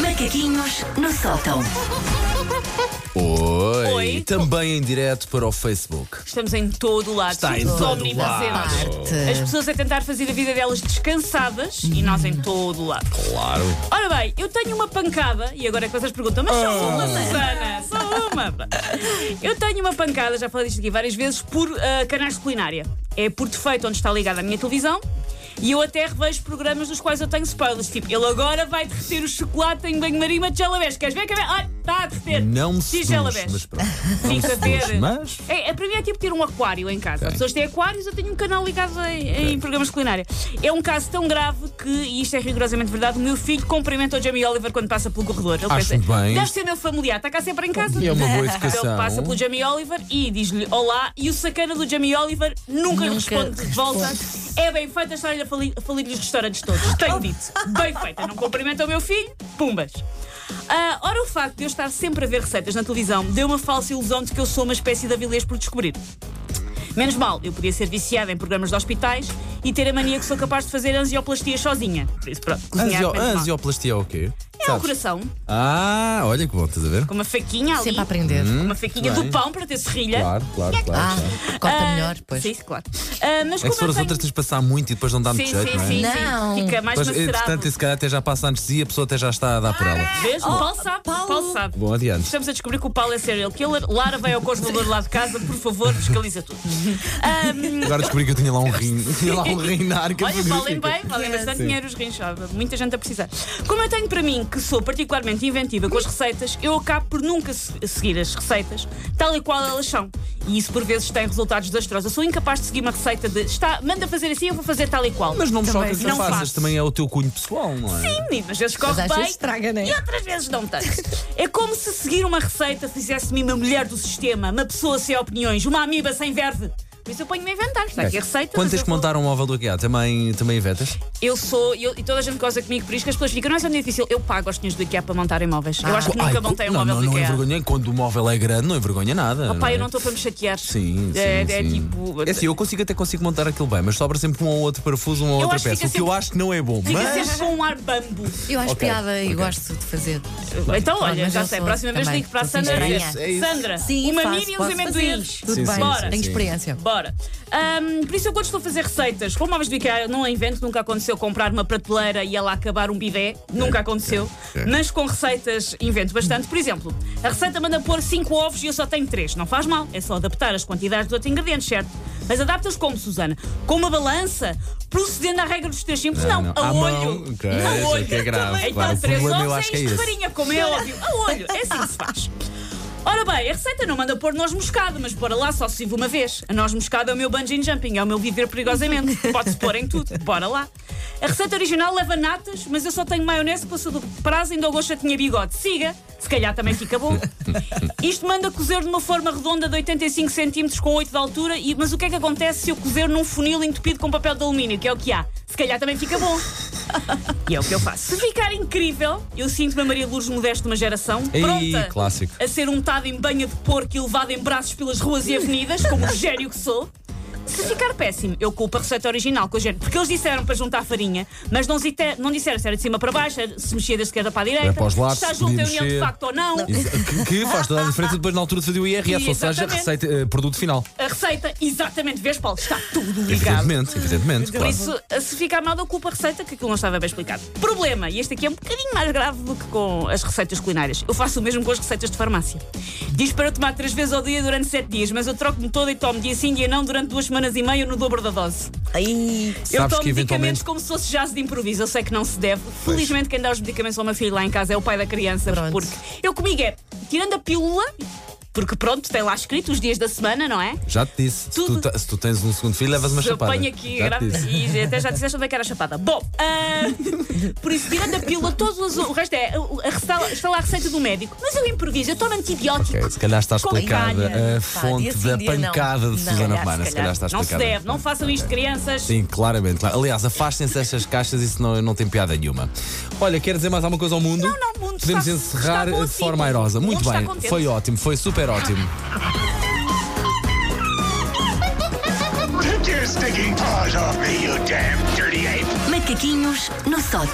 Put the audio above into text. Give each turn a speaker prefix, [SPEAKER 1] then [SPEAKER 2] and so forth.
[SPEAKER 1] Macaquinhos no sótão.
[SPEAKER 2] Oi.
[SPEAKER 3] Oi.
[SPEAKER 2] Também em direto para o Facebook.
[SPEAKER 3] Estamos em todo o lado.
[SPEAKER 2] Está em
[SPEAKER 3] somos
[SPEAKER 2] todo
[SPEAKER 3] omnipresentes. As
[SPEAKER 1] Arte.
[SPEAKER 3] pessoas a tentar fazer a vida delas descansadas e nós em todo o lado.
[SPEAKER 2] Claro.
[SPEAKER 3] Ora bem, eu tenho uma pancada, e agora é que vocês perguntam, mas só
[SPEAKER 2] Oh."
[SPEAKER 3] uma, Susana, só uma. Eu tenho uma pancada, já falei disto aqui várias vezes, por ah, canais de culinária. É por defeito onde está ligada a minha televisão. E eu até revejo programas dos quais eu tenho spoilers. Tipo, ele agora vai derreter o chocolate em banho-maria, mas gelabés. Queres ver? Queres ver? Ai, está a derreter.
[SPEAKER 2] Não me
[SPEAKER 3] Diz
[SPEAKER 2] seduz,
[SPEAKER 3] gelabés.
[SPEAKER 2] mas pronto.
[SPEAKER 3] Fica a ver.
[SPEAKER 2] Mas
[SPEAKER 3] É, é, para mim é tipo ter um aquário em casa. As pessoas têm aquários, eu tenho um canal ligado em, em programas de culinária. É um caso tão grave que, e isto é rigorosamente verdade, o meu filho cumprimenta o Jamie Oliver quando passa pelo corredor. Ele
[SPEAKER 2] Acho
[SPEAKER 3] pensa,
[SPEAKER 2] bem.
[SPEAKER 3] deve ser meu familiar, está cá sempre em casa.
[SPEAKER 2] E é uma boa
[SPEAKER 3] Ele
[SPEAKER 2] educação.
[SPEAKER 3] Então passa pelo Jamie Oliver e diz-lhe olá, e o sacana do Jamie Oliver nunca, lhe
[SPEAKER 1] Nunca
[SPEAKER 3] responde de volta. É bem feita a história de falir, falir os restaurantes todos. Tenho dito. Bem feita. Não cumprimenta o meu filho, pumbas. Ah, ora, o facto de eu estar sempre a ver receitas na televisão deu uma falsa ilusão de que eu sou uma espécie de avilês por descobrir. Menos mal, eu podia ser viciada em programas de hospitais e ter a mania que sou capaz de fazer angioplastia sozinha. Por isso, pronto, cozinhar
[SPEAKER 2] Ansio,
[SPEAKER 3] menos mal.
[SPEAKER 2] ansioplastia é o quê?
[SPEAKER 3] É o
[SPEAKER 2] Sabes?
[SPEAKER 3] coração,
[SPEAKER 2] Ah, olha que bom, estás a ver?
[SPEAKER 3] com uma faquinha ali,
[SPEAKER 1] Sempre a aprender.
[SPEAKER 2] Hum,
[SPEAKER 3] uma faquinha
[SPEAKER 2] Muito
[SPEAKER 3] do
[SPEAKER 2] bem.
[SPEAKER 3] pão para ter serrilha.
[SPEAKER 2] Claro, claro, claro.
[SPEAKER 1] Ah,
[SPEAKER 2] claro.
[SPEAKER 1] corta
[SPEAKER 3] é? Ah,
[SPEAKER 1] melhor, pois.
[SPEAKER 3] Sim, claro. Ah, mas
[SPEAKER 2] É
[SPEAKER 3] como
[SPEAKER 2] que se for
[SPEAKER 3] eu
[SPEAKER 2] as
[SPEAKER 3] tenho-
[SPEAKER 2] outras, tens de passar muito e depois não dá
[SPEAKER 3] Sim,
[SPEAKER 2] muito
[SPEAKER 3] sim,
[SPEAKER 2] jeito, não é?
[SPEAKER 3] sim,
[SPEAKER 1] Não.
[SPEAKER 3] sim. Fica mais
[SPEAKER 2] Mas,
[SPEAKER 3] macerado.
[SPEAKER 2] entretanto, e se calhar até já passa a anestesia, a pessoa até já está a dar por ela.
[SPEAKER 3] Vês? O Paulo sabe. o Paulo sabe.
[SPEAKER 2] Bom, adiante.
[SPEAKER 3] Estamos a descobrir que o Paulo é serial killer. Lara vai ao congelador lá de casa, por favor, fiscaliza tudo. Ahm,
[SPEAKER 2] Agora descobri que eu tinha lá um rim. Tinha lá um rim na arca.
[SPEAKER 3] Olha, valem
[SPEAKER 2] frigorífica.
[SPEAKER 3] bem, valem bastante
[SPEAKER 2] Sim.
[SPEAKER 3] dinheiro os rins, ó, muita gente a precisar. Como eu tenho para mim que sou particularmente inventiva com as receitas, eu acabo por nunca se- seguir as receitas tal e qual elas são. E isso por vezes tem resultados desastrosos. Eu sou incapaz de seguir uma receita de está, manda fazer assim, eu vou fazer tal e qual.
[SPEAKER 2] Mas não me
[SPEAKER 1] Também
[SPEAKER 2] choca que
[SPEAKER 3] não
[SPEAKER 2] não faças,
[SPEAKER 3] faço.
[SPEAKER 2] também é o teu cunho pessoal, não é?
[SPEAKER 3] Sim, menino, às vezes corre
[SPEAKER 1] Mas às
[SPEAKER 3] bem
[SPEAKER 1] vezes estraga, né?
[SPEAKER 3] e outras vezes não tanto. É como se seguir uma receita fizesse-me uma mulher do sistema, uma pessoa sem opiniões, uma amiba sem verve. Por isso eu ponho-me a inventar. Está aqui a É receita.
[SPEAKER 2] Quando
[SPEAKER 3] mas
[SPEAKER 2] tens
[SPEAKER 3] eu
[SPEAKER 2] É. que
[SPEAKER 3] vou-
[SPEAKER 2] montar um móvel do IKEA, também, também vetas?
[SPEAKER 3] Eu sou, eu- e toda a gente goza comigo por isso que as pessoas ficam, não é tão difícil. Eu pago aos senhores do IKEA para montar imóveis. Eu acho que nunca montei um
[SPEAKER 2] Ah. não,
[SPEAKER 3] móvel
[SPEAKER 2] não,
[SPEAKER 3] do
[SPEAKER 2] não
[SPEAKER 3] IKEA.
[SPEAKER 2] envergonha. Quando o móvel é grande, não envergonha nada.
[SPEAKER 3] Pá,
[SPEAKER 2] é?
[SPEAKER 3] eu não estou para me chatear.
[SPEAKER 2] Sim, sim,
[SPEAKER 3] é,
[SPEAKER 2] sim.
[SPEAKER 3] é tipo.
[SPEAKER 2] É assim, eu consigo até consigo montar aquilo bem, mas sobra sempre um ou outro parafuso, uma ou
[SPEAKER 3] Eu
[SPEAKER 2] outra
[SPEAKER 3] acho que
[SPEAKER 2] peça.
[SPEAKER 3] fica
[SPEAKER 2] O que eu
[SPEAKER 3] sempre-
[SPEAKER 2] acho que não é bom,
[SPEAKER 3] Fica
[SPEAKER 2] mas.
[SPEAKER 3] sempre com um ar bambu.
[SPEAKER 1] Eu acho
[SPEAKER 2] Ok,
[SPEAKER 1] piada e
[SPEAKER 2] ok.
[SPEAKER 1] gosto de fazer.
[SPEAKER 3] Então,
[SPEAKER 1] Olha,
[SPEAKER 3] olha,
[SPEAKER 1] mas
[SPEAKER 3] já
[SPEAKER 1] eu
[SPEAKER 3] sei.
[SPEAKER 1] sou
[SPEAKER 3] Próxima vez
[SPEAKER 1] também.
[SPEAKER 3] ligo para a
[SPEAKER 1] Sou
[SPEAKER 3] Sandra e
[SPEAKER 1] estranha.
[SPEAKER 3] dizer,
[SPEAKER 2] É isso.
[SPEAKER 3] Sandra,
[SPEAKER 1] Sim,
[SPEAKER 3] uma
[SPEAKER 1] faço,
[SPEAKER 3] mini e uns
[SPEAKER 1] posso
[SPEAKER 3] amendoins.
[SPEAKER 1] fazer. Tudo
[SPEAKER 2] Sim,
[SPEAKER 1] bem,
[SPEAKER 2] sim,
[SPEAKER 3] Bora.
[SPEAKER 1] tenho
[SPEAKER 2] sim.
[SPEAKER 1] experiência.
[SPEAKER 3] Bora. Ahm, por isso, eu quando estou a fazer receitas, como móveis do IKEA, eu não invento, nunca aconteceu comprar uma prateleira e ela acabar um bidé,
[SPEAKER 2] É,
[SPEAKER 3] nunca aconteceu.
[SPEAKER 2] ok.
[SPEAKER 3] Mas com receitas invento bastante. Por exemplo, a receita manda pôr 5 ovos e eu só tenho 3. Não faz mal, é só adaptar as quantidades dos outros ingredientes, certo? Mas adaptas como, Susana? Com uma balança? Procedendo à regra dos três simples? Não,
[SPEAKER 2] Não, não.
[SPEAKER 3] a
[SPEAKER 2] À
[SPEAKER 3] olho.
[SPEAKER 2] mão, ok,
[SPEAKER 3] a
[SPEAKER 2] isso é
[SPEAKER 3] olho.
[SPEAKER 2] que é grave, claro.
[SPEAKER 3] Então,
[SPEAKER 2] O
[SPEAKER 3] três
[SPEAKER 2] problema eu
[SPEAKER 3] ovos
[SPEAKER 2] acho que
[SPEAKER 3] é
[SPEAKER 2] é
[SPEAKER 3] isto de
[SPEAKER 2] esse.
[SPEAKER 3] farinha, como é óbvio. A olho, é assim que se faz. Ora bem, a receita não manda pôr noz moscada, mas bora lá, só se vive uma vez. A noz moscada é o meu bungee jumping, é o meu viver perigosamente. Pode-se pôr em tudo, bora lá. A receita original leva natas, mas eu só tenho maionese que passou do prazo, ainda o gosto já tinha bigode. Siga, se calhar também fica bom. Isto manda cozer de uma forma redonda de 85 cm com 8 de altura, e, mas o que é que acontece se eu cozer num funil entupido com papel de alumínio, que é o que há? Se calhar também fica bom. E é o que eu faço. Se ficar incrível, eu sinto-me a Maria Lourdes Modesto de uma geração,
[SPEAKER 2] Ei,
[SPEAKER 3] pronta
[SPEAKER 2] clássico.
[SPEAKER 3] a ser untado em banha de porco e levado em braços pelas ruas e avenidas, como o gênio que sou. Se ficar péssimo, eu culpo a receita original com o gênio, porque eles disseram para juntar farinha, mas não, zite- não disseram se era de cima para baixo, era- se mexia da esquerda para a direita,
[SPEAKER 2] Era para os lados,
[SPEAKER 3] se está
[SPEAKER 2] se
[SPEAKER 3] junto
[SPEAKER 2] podia
[SPEAKER 3] a união de
[SPEAKER 2] mexer.
[SPEAKER 3] facto ou não.
[SPEAKER 2] Isso- Que, que faz toda a diferença depois na altura de fazer o IRS, ou seja,
[SPEAKER 3] Exatamente.
[SPEAKER 2] receita, eh, produto final.
[SPEAKER 3] A receita, exatamente, vês, Paulo, está tudo ligado.
[SPEAKER 2] Evidentemente, evidentemente,
[SPEAKER 3] Por
[SPEAKER 2] claro.
[SPEAKER 3] isso, eh, se ficar mal, eu culpo a receita, que aquilo não estava bem explicado. Problema, e este aqui é um bocadinho mais grave do que com as receitas culinárias. Eu faço o mesmo com as receitas de farmácia. Diz para eu tomar três vezes ao dia durante sete dias, mas eu troco-me toda e tomo dia sim, dia não, durante duas semanas e meia no dobro da dose.
[SPEAKER 1] Ai,
[SPEAKER 3] eu
[SPEAKER 2] Sabes
[SPEAKER 3] tomo
[SPEAKER 2] que
[SPEAKER 3] medicamentos
[SPEAKER 2] eventualmente-
[SPEAKER 3] como se fosse jazz de improviso. Eu sei que não se deve. Felizmente, quem dá os medicamentos ao meu filho lá em casa é o pai da criança.
[SPEAKER 1] Pronto.
[SPEAKER 3] Porque eu comigo é, tirando a pílula, porque pronto, tem lá escrito os dias da semana, não é?
[SPEAKER 2] Já te disse, se tu,
[SPEAKER 3] Tudo.
[SPEAKER 2] ta- se tu tens um segundo filho, levas uma
[SPEAKER 3] Se eu
[SPEAKER 2] chapada.
[SPEAKER 3] ponho aqui
[SPEAKER 2] Já te
[SPEAKER 3] grave
[SPEAKER 2] disse.
[SPEAKER 3] e até já disseste onde é que era a chapada. Bom, ah, por isso, tirando a pílula, todos os, o resto é. A, receita- está lá a receita do médico. Mas eu improviso, é eu tomo antibiótico.
[SPEAKER 2] Ok, se calhar está
[SPEAKER 3] Com
[SPEAKER 2] explicada
[SPEAKER 3] calha.
[SPEAKER 2] a
[SPEAKER 1] Pá,
[SPEAKER 2] fonte
[SPEAKER 1] dia sim,
[SPEAKER 2] da
[SPEAKER 1] dia não.
[SPEAKER 2] pancada de
[SPEAKER 1] Não,
[SPEAKER 2] Susana
[SPEAKER 1] calhar,
[SPEAKER 2] Romana. Se calhar está
[SPEAKER 3] não se
[SPEAKER 2] explicada.
[SPEAKER 3] deve, não façam isto, crianças.
[SPEAKER 2] Sim, claramente. claro. Aliás, afastem-se destas caixas, isso não, não tem piada nenhuma. Olha, quer dizer mais alguma coisa ao mundo?
[SPEAKER 3] Não, não, o mundo
[SPEAKER 2] Podemos
[SPEAKER 3] está- está
[SPEAKER 2] encerrar
[SPEAKER 3] bom
[SPEAKER 2] de
[SPEAKER 3] assim.
[SPEAKER 2] forma airosa.
[SPEAKER 3] O
[SPEAKER 2] Muito
[SPEAKER 3] mundo está
[SPEAKER 2] bem,
[SPEAKER 3] contente.
[SPEAKER 2] foi ótimo, foi super ótimo.
[SPEAKER 4] Take your stinking paws off me, you damn dirty ape!
[SPEAKER 1] Macaquinhos no sótão.